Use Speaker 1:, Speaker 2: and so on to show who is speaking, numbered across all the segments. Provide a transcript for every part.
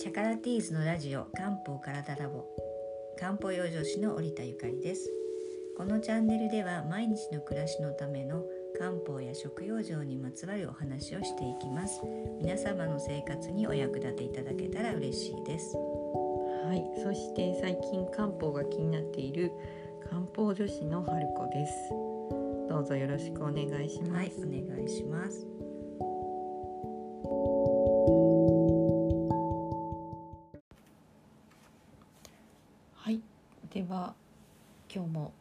Speaker 1: ティーズのラジオ漢方からだラボ漢方養生師の織田ゆかりですこのチャンネルでは毎日の暮らしのための漢方や食養生にまつわるお話をしていきます皆様の生活にお役立ていただけたら嬉しいです
Speaker 2: はい、そして最近漢方が気になっている漢方女子の春子です。どうぞよろしくお願いします。
Speaker 1: はいお願いします
Speaker 2: はい、では今日も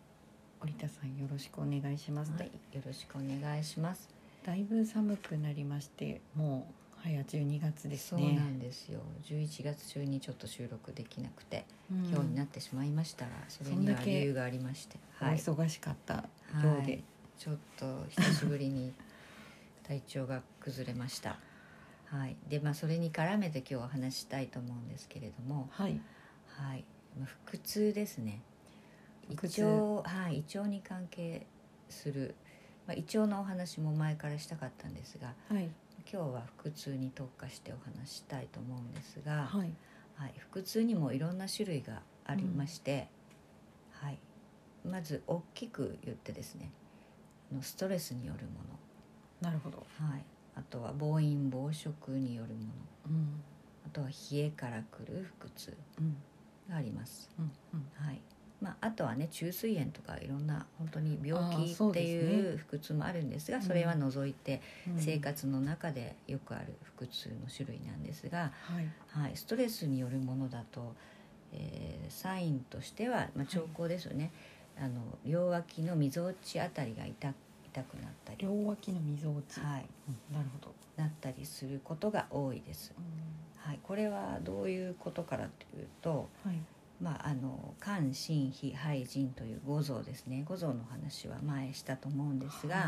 Speaker 2: 織田さんよろしくお願いします。だい、
Speaker 1: よろしくお願いします
Speaker 2: だいぶ寒くなりまして、もう早12月です
Speaker 1: そう
Speaker 2: ね
Speaker 1: な。んですよ11月中にちょっと収録できなくて、
Speaker 2: うん
Speaker 1: 今日になってしまいましたがそれには
Speaker 2: そんだけ
Speaker 1: 理由がありまして
Speaker 2: お
Speaker 1: はい
Speaker 2: 忙しかったよう
Speaker 1: は
Speaker 2: で
Speaker 1: い、ちょっと久しぶりに体調が崩れましたはいでまあそれに絡めて今日は話したいと思うんですけれども
Speaker 2: はい、
Speaker 1: はいまあ腹痛ですね胃
Speaker 2: 腹痛
Speaker 1: 腸はい胃腸に関係する、まあ、胃腸のお話も前からしたかったんですが
Speaker 2: はい、
Speaker 1: 今日は腹痛に特化してお話ししたいと思うんですが、
Speaker 2: はい、
Speaker 1: はい、腹痛にもいろんな種類がありまして、はい、まず大きく言ってですねあのストレスによるも
Speaker 2: なるほど。
Speaker 1: の、はい、あとは暴飲暴食によるもの
Speaker 2: うん、
Speaker 1: あとは冷えからくる腹痛
Speaker 2: うん、
Speaker 1: があります、
Speaker 2: うん、うん、
Speaker 1: はいまあ、あとはね中水炎とかいろんな本当に病
Speaker 2: あ
Speaker 1: 気
Speaker 2: ーそ
Speaker 1: っ
Speaker 2: う
Speaker 1: て
Speaker 2: ですね
Speaker 1: いう腹痛もあるんですが
Speaker 2: うん
Speaker 1: それは除いて
Speaker 2: うん
Speaker 1: 生。活の中でよくある腹痛の種類なんですが、
Speaker 2: はい、
Speaker 1: はい、ストレスによるものだと、えーサインとしては、まあ、兆候ですよね、あの両脇のみぞおちあたりが痛痛くなったり、
Speaker 2: 両脇の溝落ち。
Speaker 1: はい、
Speaker 2: うんなるほど。
Speaker 1: なったりすることが多いです、
Speaker 2: う
Speaker 1: はい、これはどういうことからというと、
Speaker 2: ん、はい。
Speaker 1: まあ、あの肝心脾肺腎という五臓ですね五臓の話は前したと思うんですが、
Speaker 2: はい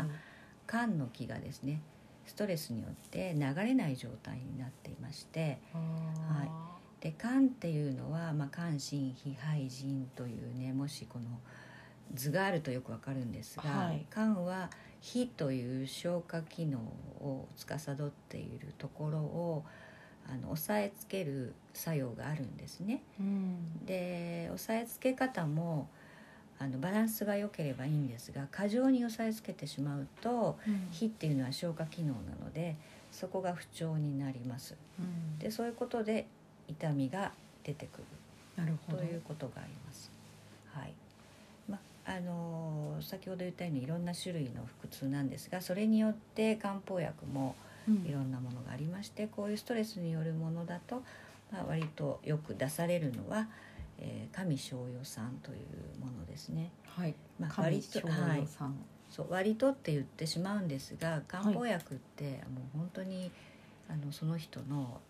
Speaker 1: 肝の気がですねストレスによって流れない状態になっていまして、
Speaker 2: あー
Speaker 1: はいで肝っていうのは、まあ、肝心脾肺腎というねもしこの図があるとよくわかるんですが、
Speaker 2: はい
Speaker 1: 肝は脾という消化機能を司っているところをあの抑えつける作用があるんですね。
Speaker 2: うん、
Speaker 1: で抑えつけ方もあのバランスが良ければいいんですが過剰に押さえつけてしまうと脾っていうのは消化機能なのでそこが不調になります。
Speaker 2: うん
Speaker 1: でそういうことで痛みが出てくる
Speaker 2: なるほど
Speaker 1: ということがあります。はい。まあのー先ほど言ったようにいろんな種類の腹痛なんですが、それによって漢方薬も
Speaker 2: うん
Speaker 1: いろんなものがありまして、こういうストレスによるものだと、まあ、割とよく出されるのは、えー、上逍遥散というものですね。
Speaker 2: はい、
Speaker 1: まあ
Speaker 2: 上
Speaker 1: 割
Speaker 2: 庄
Speaker 1: と
Speaker 2: 屋さん、
Speaker 1: そう割とって言ってしまうんですが漢方薬ってもう本当に、あのその人の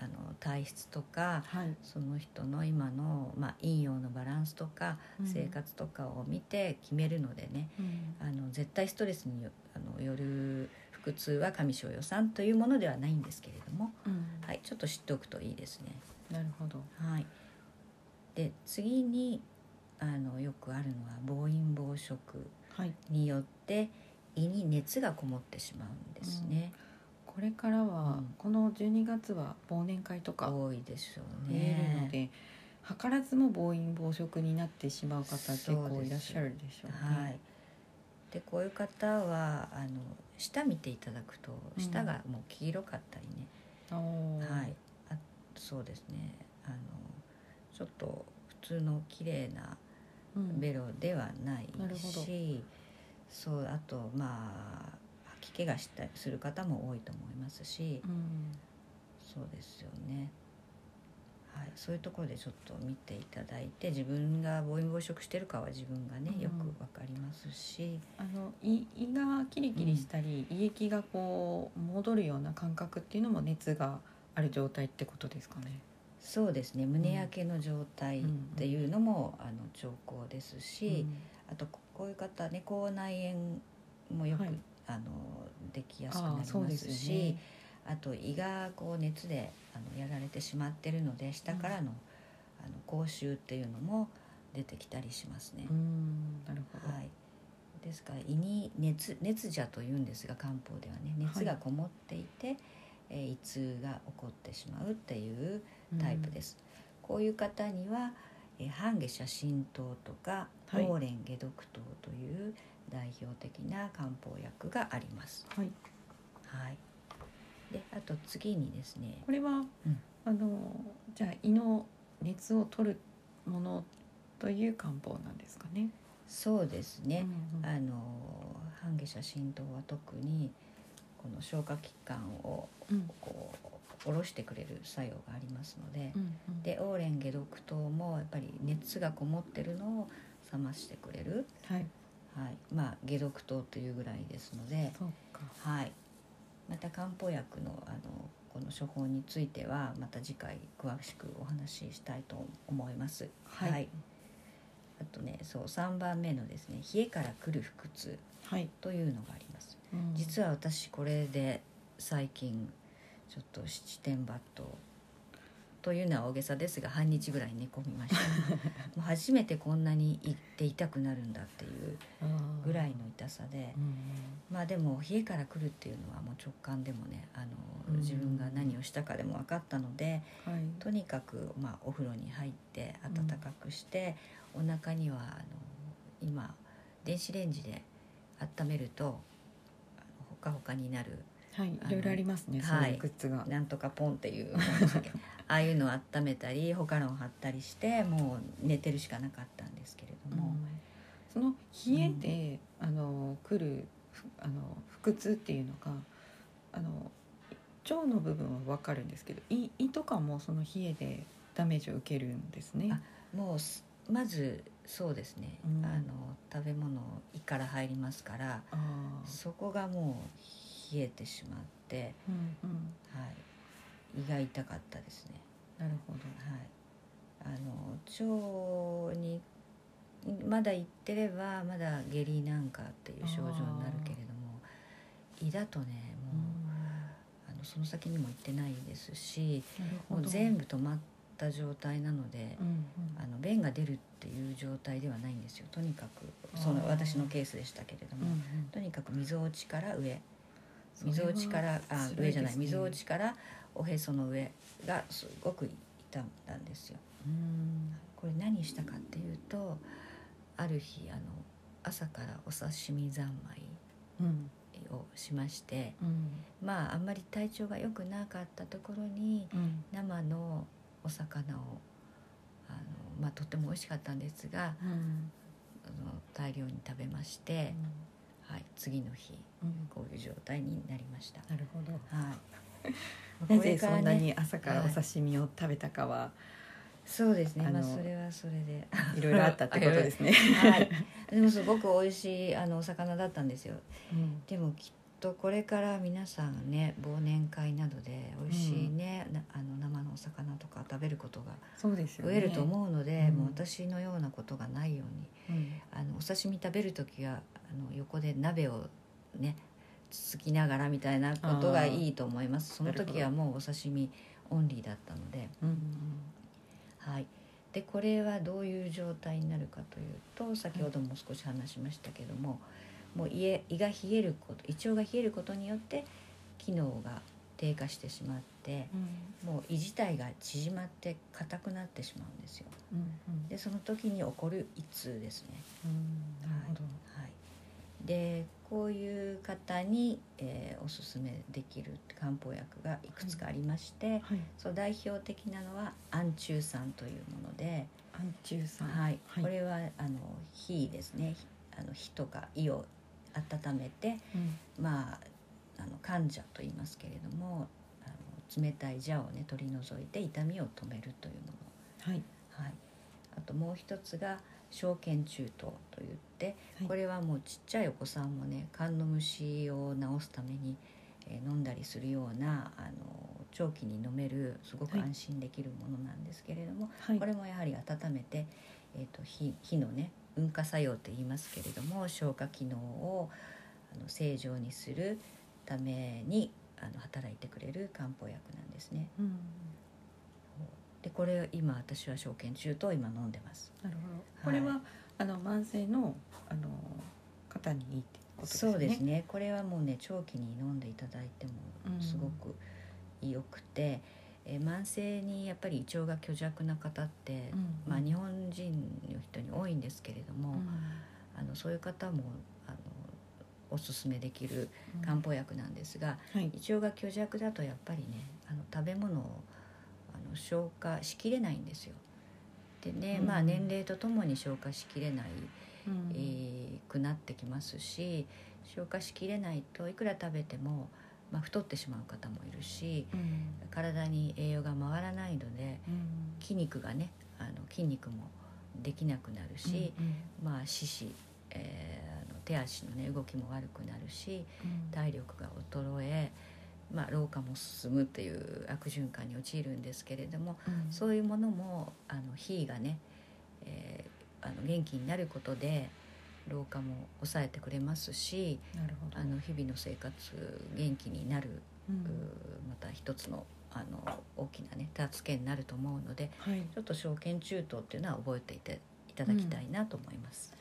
Speaker 1: あの体質とか
Speaker 2: はい、
Speaker 1: その人の今の、まあ、陰陽のバランスとか
Speaker 2: うん
Speaker 1: 生活とかを見て決めるのでね、
Speaker 2: うん
Speaker 1: あの絶対ストレスによあのよる腹痛は上昇予算というものではないんですけれども、
Speaker 2: うん
Speaker 1: はい、ちょっと知っておくといいですね。
Speaker 2: なるほど、
Speaker 1: はい、で次にあのよくあるのは暴飲暴食
Speaker 2: はい、
Speaker 1: によって胃に熱がこもってしまうんですね。
Speaker 2: これからは、
Speaker 1: うん
Speaker 2: この12月は忘年会とか
Speaker 1: 多いでしょう
Speaker 2: 見えるの
Speaker 1: ね。
Speaker 2: で、図らずも暴飲暴食になってしまう方結
Speaker 1: そう
Speaker 2: 構
Speaker 1: です
Speaker 2: いらっしゃるでしょうね。
Speaker 1: はい、でこういう方はあの舌見ていただくと
Speaker 2: うん
Speaker 1: 舌がもう黄色かったりね、
Speaker 2: おー
Speaker 1: はい、あそうですねあのちょっと普通の綺麗な
Speaker 2: うん
Speaker 1: ベロではない
Speaker 2: なるほど
Speaker 1: し、そうあとまあ吐き気がしたりする方も多いと思いますし、
Speaker 2: うん
Speaker 1: そうですよね。はい、そういうところでちょっと見ていただいて自分が暴飲暴食してるかは自分がね
Speaker 2: うん
Speaker 1: よくわかりますし、
Speaker 2: あの胃胃がキリキリしたり、胃液がこう戻るような感覚っていうのも熱がある状態ってことですかね。
Speaker 1: そうですね胸焼けの状態っていうのも、あの兆候ですし、あとここういう方ね口内炎もよく、
Speaker 2: はい
Speaker 1: あのできやすくな
Speaker 2: あ
Speaker 1: り
Speaker 2: あ
Speaker 1: ま
Speaker 2: ーそうですすよ
Speaker 1: し
Speaker 2: ね。
Speaker 1: あ,、と胃がこう熱であのやられてしまってるので下からの,、あの口臭っていうのも出てきたりしますね。
Speaker 2: うんなるほど。
Speaker 1: はい、ですから胃に熱熱邪というんですが漢方ではね熱がこもっていて、えー胃痛が起こってしまうっていうタイプです、こういう方には、えー、半夏写真糖とか、
Speaker 2: はい
Speaker 1: オーレン解毒糖という代表的な漢方薬があります。
Speaker 2: はい、
Speaker 1: はい。で、あと次にですね、
Speaker 2: これは、
Speaker 1: うん
Speaker 2: あのじゃあ胃の熱を取るものという漢方なんですかね。
Speaker 1: そうですね。
Speaker 2: うんうん
Speaker 1: あの半夏写真糖は特にこの消化器官を
Speaker 2: うん
Speaker 1: こう下ろしてくれる作用がありますので
Speaker 2: う、んうん
Speaker 1: でオーレン解毒糖もやっぱり熱がこもってるのを冷ましてくれる、
Speaker 2: はい、
Speaker 1: はい、まあ解毒糖というぐらいですので、
Speaker 2: そうか。
Speaker 1: はい。また漢方薬のあのこの処方についてはまた次回詳しくお話ししたいと思います。
Speaker 2: はい
Speaker 1: あとね、そう3番目のですね、冷えから来る腹痛
Speaker 2: はい、
Speaker 1: というのがあります。
Speaker 2: うん
Speaker 1: 実は私これで最近ちょっと七点抜刀というのは大げさですが半日ぐらい寝込みま したもう初めてこんなに行って痛くなるんだっていうぐらいの痛さで
Speaker 2: うん
Speaker 1: まあでも冷えから来るっていうのはもう直感でもねあ
Speaker 2: うん
Speaker 1: の自分が何をしたかでも分かったので
Speaker 2: うんはい、
Speaker 1: とにかくまあお風呂に入って暖かくして、お腹にはあの今電子レンジで温めるとあのほかほかになる
Speaker 2: はい、
Speaker 1: あの
Speaker 2: いろいろありますね。
Speaker 1: はい
Speaker 2: そういうグッズが。
Speaker 1: なんとかポンって いうなんでしたっけああいうのを温めたりほかのを貼ったりしてもう寝てるしかなかったんですけれども、
Speaker 2: その冷えで、あの来るふあの腹痛っていうのがあの腸の部分はわかるんですけど胃胃とかもその冷えでダメージを受けるんですね
Speaker 1: あ。もうすまずそうですね、
Speaker 2: うん
Speaker 1: あの食べ物胃から入りますから
Speaker 2: あー
Speaker 1: そこがもう冷えてしまって、
Speaker 2: うんうん、
Speaker 1: はい、胃が痛かったですね。
Speaker 2: なるほど。
Speaker 1: はい、あの腸にまだ行ってればまだ下痢なんかっていう症状になるけれども胃だとねもう、あのその先にも行ってないですしもう全部
Speaker 2: 部、
Speaker 1: 止まった状態なので
Speaker 2: う、んうん
Speaker 1: あの便が出るっていう状態ではないんですよとにかくそ
Speaker 2: あ
Speaker 1: の
Speaker 2: ー
Speaker 1: 私のケースでしたけれど
Speaker 2: う
Speaker 1: も、
Speaker 2: ん
Speaker 1: とにかく溝落ちから上
Speaker 2: うん
Speaker 1: 溝落ちから
Speaker 2: それは
Speaker 1: あ
Speaker 2: 辛い
Speaker 1: 上じゃない
Speaker 2: ですね
Speaker 1: 溝落ちからおへその上がすごく痛んだんですよ。
Speaker 2: うん
Speaker 1: これ何したかっていうとある日あの朝からお刺身三昧
Speaker 2: うん
Speaker 1: をしまして
Speaker 2: うん
Speaker 1: まああんまり体調が良くなかったところに
Speaker 2: うん
Speaker 1: 生のお魚をあの、まあ、とっても美味しかったんですが
Speaker 2: うん
Speaker 1: あの大量に食べまして、はい、次の日
Speaker 2: うん
Speaker 1: こういう状態になりました。
Speaker 2: なるほど。
Speaker 1: はい、
Speaker 2: な
Speaker 1: これ
Speaker 2: ぜ
Speaker 1: か
Speaker 2: そ
Speaker 1: ら
Speaker 2: んな
Speaker 1: ね、
Speaker 2: に朝からお刺身を食べたかは
Speaker 1: そうですね、まあ、
Speaker 2: あの
Speaker 1: それはそれで
Speaker 2: いろいろあったってことですね。
Speaker 1: はい、 でもすごく美味しいあのお魚だったんですよ。
Speaker 2: うん
Speaker 1: でもきっとこれから皆さんね忘年会などで美味しいね、なあの生のお魚とか食べることが
Speaker 2: そうですよ
Speaker 1: 増
Speaker 2: ね。
Speaker 1: えると思うので、
Speaker 2: うん
Speaker 1: もう私のようなことがないように
Speaker 2: うん。
Speaker 1: あのお刺身食べる時はあの横で鍋をねつつきながらみたいなことがいいと思いますその時はもうお刺身オンリーだったので。
Speaker 2: うん
Speaker 1: はい、でこれはどういう状態になるかというと先ほども少し話しましたけども、もう胃胃が冷えること胃腸が冷えることによって機能が低下してしまって
Speaker 2: うん
Speaker 1: もう胃自体が縮まって硬くなってしまうんですよ。
Speaker 2: うんうん
Speaker 1: でその時に起こる胃痛ですね。
Speaker 2: うんなるほど。
Speaker 1: はいはい、でこういう方に、えーおすすめできる漢方薬がいくつかありまして、
Speaker 2: はい。
Speaker 1: そう代表的なのは安中酸というもので。
Speaker 2: アンチュさん。
Speaker 1: はい、
Speaker 2: はい
Speaker 1: これはあの火ですね。あの火とか胃を温めて、
Speaker 2: うん
Speaker 1: まああの患者と言いますけれども、あの冷たい蛇をね取り除いて痛みを止めるというも
Speaker 2: はい。
Speaker 1: の。はい。あともう一つが小腱中等と言って、
Speaker 2: はい
Speaker 1: これはもうちっちゃいお子さんもね寒の虫を治すために、えー飲んだりするようなあの長期に飲めるすごく
Speaker 2: はい
Speaker 1: 安心できるものなんですけれども、
Speaker 2: はい。
Speaker 1: これもやはり温めて、えー、と火火のね運化作用と言いますけれども消化機能をあの正常にするためにあの働いてくれる漢方薬なんですね。
Speaker 2: うん。
Speaker 1: でこれ今私は消研中と今飲んでます。
Speaker 2: なるほど。これ
Speaker 1: は
Speaker 2: はあの慢性のあの方にいいってことですね。
Speaker 1: そうです。ねこれはもうね長期に飲んでいただいても
Speaker 2: うん
Speaker 1: すごく良くて、えー慢性にやっぱり胃腸が虚弱な方って、まあ、日本人の人に多いんですけれども、あのそういう方もあのおすすめできる漢方薬なんですが、
Speaker 2: はい
Speaker 1: 胃腸が虚弱だとやっぱりねあの食べ物をあの消化しきれないんですよ。でね、
Speaker 2: うん
Speaker 1: まあ年齢とともに消化しきれない、
Speaker 2: うん
Speaker 1: えーくなってきますし消化しきれないといくら食べても、まあ、太ってしまう方もいるし
Speaker 2: うん
Speaker 1: 体に栄養が回らないので
Speaker 2: うん
Speaker 1: 筋肉がねあの筋肉もできなくなるし、
Speaker 2: うん
Speaker 1: まあ四肢、えーあの手足のね動きも悪くなるし
Speaker 2: うん
Speaker 1: 体力が衰え、まあ、老化も進むっていう悪循環に陥るんですけれども
Speaker 2: うん
Speaker 1: そういうものもあの脾がね、えーあの元気になることで老化も抑えてくれますし
Speaker 2: なるほど
Speaker 1: あの日々の生活元気になる、
Speaker 2: うん
Speaker 1: うーまた一つのあの大きなね助けになると思うので
Speaker 2: はい
Speaker 1: ちょっと証券中等っていうのは覚えていていただきたいなと思います。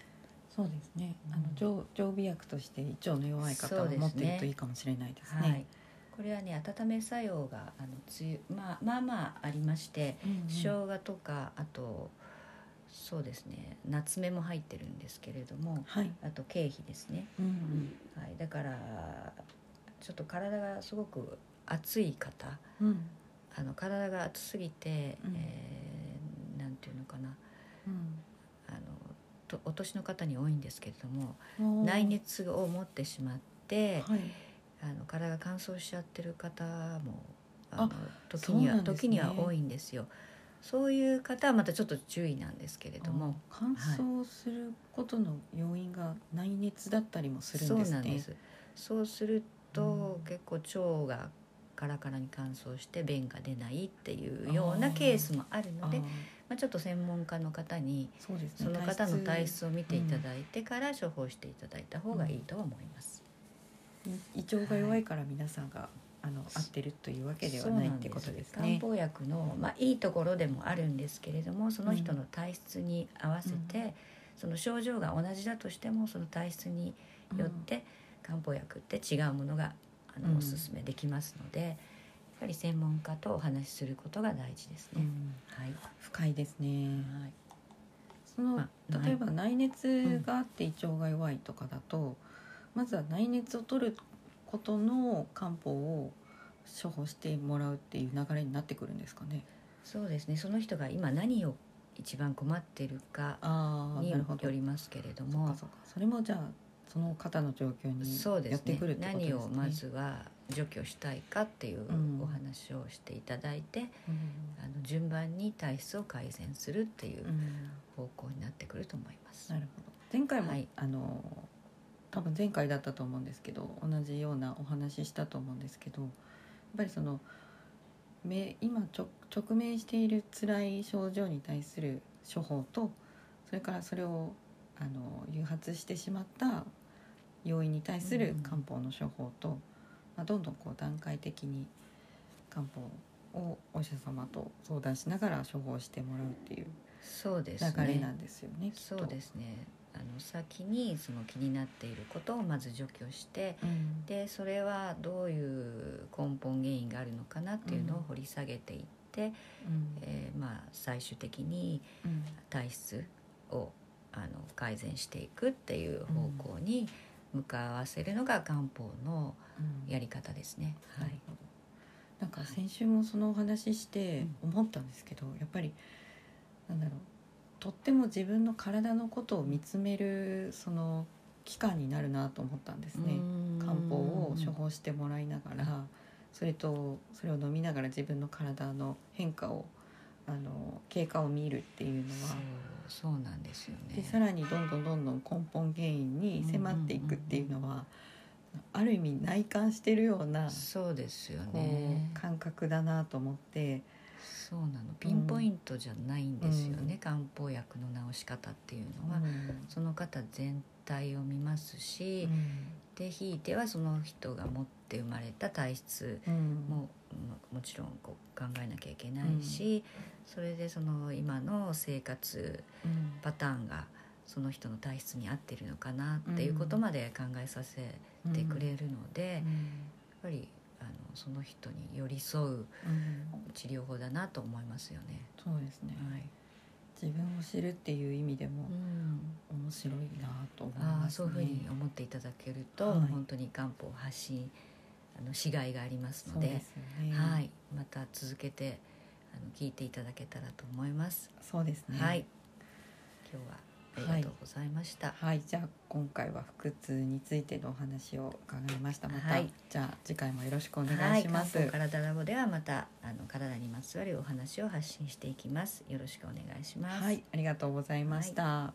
Speaker 2: そうですね
Speaker 1: うん
Speaker 2: あの常常備薬として胃腸の弱い方を持っているといいかもしれないです
Speaker 1: はい
Speaker 2: ね。
Speaker 1: これはね温め作用があのつゆ、まあ、まあまあありまして、
Speaker 2: うんうん
Speaker 1: 生姜とかあとそうですねナツメも入ってるんですけれども
Speaker 2: はい
Speaker 1: あと経費ですね、
Speaker 2: うんうん
Speaker 1: はい、だからちょっと体がすごく熱い方
Speaker 2: うん
Speaker 1: あの体が熱すぎて、
Speaker 2: うん
Speaker 1: えーなんていうのかな
Speaker 2: うん
Speaker 1: あのとお年の方に多いんですけれども
Speaker 2: おー
Speaker 1: 内熱を持ってしまって
Speaker 2: はい
Speaker 1: あの体が乾燥しちゃってる方もあの
Speaker 2: あ
Speaker 1: 時には、
Speaker 2: そうなんです
Speaker 1: 時
Speaker 2: ね
Speaker 1: には多いんですよ。そういう方はまたちょっと注意なんですけれども。
Speaker 2: あ乾燥することの要因が内熱だったりもする
Speaker 1: そ
Speaker 2: ん
Speaker 1: う
Speaker 2: です
Speaker 1: な
Speaker 2: ね。
Speaker 1: んですそうすると、
Speaker 2: うん
Speaker 1: 結構腸がカラカラに乾燥して便が出ないっていうようなケースもあるので
Speaker 2: あー
Speaker 1: まあ、ちょっと専門家の方に
Speaker 2: そうですね。
Speaker 1: その方の体質を見ていただいてから処方していただいた方がいいと思います。
Speaker 2: 胃腸が弱いから皆さんが、あの合ってるというわけでは
Speaker 1: そう
Speaker 2: ないっ
Speaker 1: ん
Speaker 2: てことです
Speaker 1: 漢
Speaker 2: ね。
Speaker 1: 方薬の、まあ、いいところでもあるんですけれどもその人の体質に合わせて、その症状が同じだとしてもその体質によって漢方薬って違うものがあの、
Speaker 2: うん
Speaker 1: おすすめできますのでやっぱり専門家とお話しすることが大事です
Speaker 2: う
Speaker 1: ね。
Speaker 2: ん
Speaker 1: はい、
Speaker 2: 深いですね。
Speaker 1: はい
Speaker 2: その
Speaker 1: まあ
Speaker 2: 例えば内熱があって胃腸が弱いとかだと、まずは内熱を取ることの漢方を処方してもらうっていう流れになってくるんですかね。
Speaker 1: そうですねその人が今何を一番困っているか
Speaker 2: ああ
Speaker 1: に
Speaker 2: なるほど
Speaker 1: よ。りますけれど
Speaker 2: そう
Speaker 1: も
Speaker 2: かそうか。それもじゃあその方の状況
Speaker 1: そう
Speaker 2: に
Speaker 1: で
Speaker 2: やっ
Speaker 1: す
Speaker 2: て
Speaker 1: ね
Speaker 2: くるってことですね。
Speaker 1: 何をまずは除去したいかっていう
Speaker 2: うん
Speaker 1: お話をしていただいて、
Speaker 2: うん、
Speaker 1: あの順番に体質を改善するっていううん方向になってくると思います。
Speaker 2: なるほど前回も、
Speaker 1: はい
Speaker 2: あの多分前回だったと思うんですけど同じようなお話ししたと思うんですけどやっぱりそのめ今ちょ直面している辛い症状に対する処方とそれからそれをあの誘発してしまった要因に対する漢方の処方と、まあ、どんどんこう段階的に漢方をお医者様と相談しながら処方してもらうっていう
Speaker 1: そうですね。
Speaker 2: 流れなんですよねきっと。
Speaker 1: そうですねあの先にその気になっていることをまず除去して
Speaker 2: うん
Speaker 1: でそれはどういう根本原因があるのかなっていうのを
Speaker 2: うん
Speaker 1: 掘り下げていって、
Speaker 2: うん
Speaker 1: えーまあ、最終的に
Speaker 2: うん
Speaker 1: 体質をあの改善していくっていう方向に向かわせるのが漢方の
Speaker 2: うん
Speaker 1: やり方ですね。は
Speaker 2: ないるほどなんか先週もそのお話しして思ったんですけど、やっぱりなんだろうとっても自分の体のことを見つめるその期間になるなと思ったんですね。漢方を処方してもらいながらそれとそれを飲みながら自分の体の変化をあの経過を見るっていうのは
Speaker 1: そうそうなんですよね。
Speaker 2: でさらにどんどんどんどん根本原因に迫っていくっていうのは、ある意味内観してるような
Speaker 1: そうですよ
Speaker 2: こ
Speaker 1: ね
Speaker 2: う。感覚だなと思って、
Speaker 1: そうなのピンポイントじゃないんですよね、
Speaker 2: うん
Speaker 1: 漢方薬の治し方っていうのは、
Speaker 2: うん
Speaker 1: その方全体を見ますし、でひいてはその人が持って生まれた体質
Speaker 2: うん
Speaker 1: もももちろんこう考えなきゃいけないし、それでその今の生活
Speaker 2: うん
Speaker 1: パターンがその人の体質に合ってるのかなっていうことまで考えさせてくれるので、
Speaker 2: うん
Speaker 1: やっぱりあのその人に寄り添う
Speaker 2: うん
Speaker 1: 治療法だなと思いますよね。
Speaker 2: そうですね、
Speaker 1: はい。
Speaker 2: 自分を知るっていう意味でも
Speaker 1: うん。
Speaker 2: 面白いなと思い
Speaker 1: あ
Speaker 2: ま
Speaker 1: あ
Speaker 2: す
Speaker 1: そういう
Speaker 2: ね。
Speaker 1: ふうに思っていただけると、
Speaker 2: はい
Speaker 1: 本当に漢方発信あのしがいがあります
Speaker 2: そ
Speaker 1: の
Speaker 2: う
Speaker 1: で
Speaker 2: ですよね。
Speaker 1: はい、また続けてあの聞いていただけたらと思います。
Speaker 2: そうですね。
Speaker 1: はい。今日はありがとうございました。
Speaker 2: はい、じゃあ今回は腹痛についてのお話を伺いました。また、
Speaker 1: はい
Speaker 2: じゃあ次回もよろしくお
Speaker 1: はい、
Speaker 2: 願いします。
Speaker 1: 漢方体ラボではまたあの体にまつわるお話を発信していきます。よろしくお願いします。
Speaker 2: はい、ありがとうございました。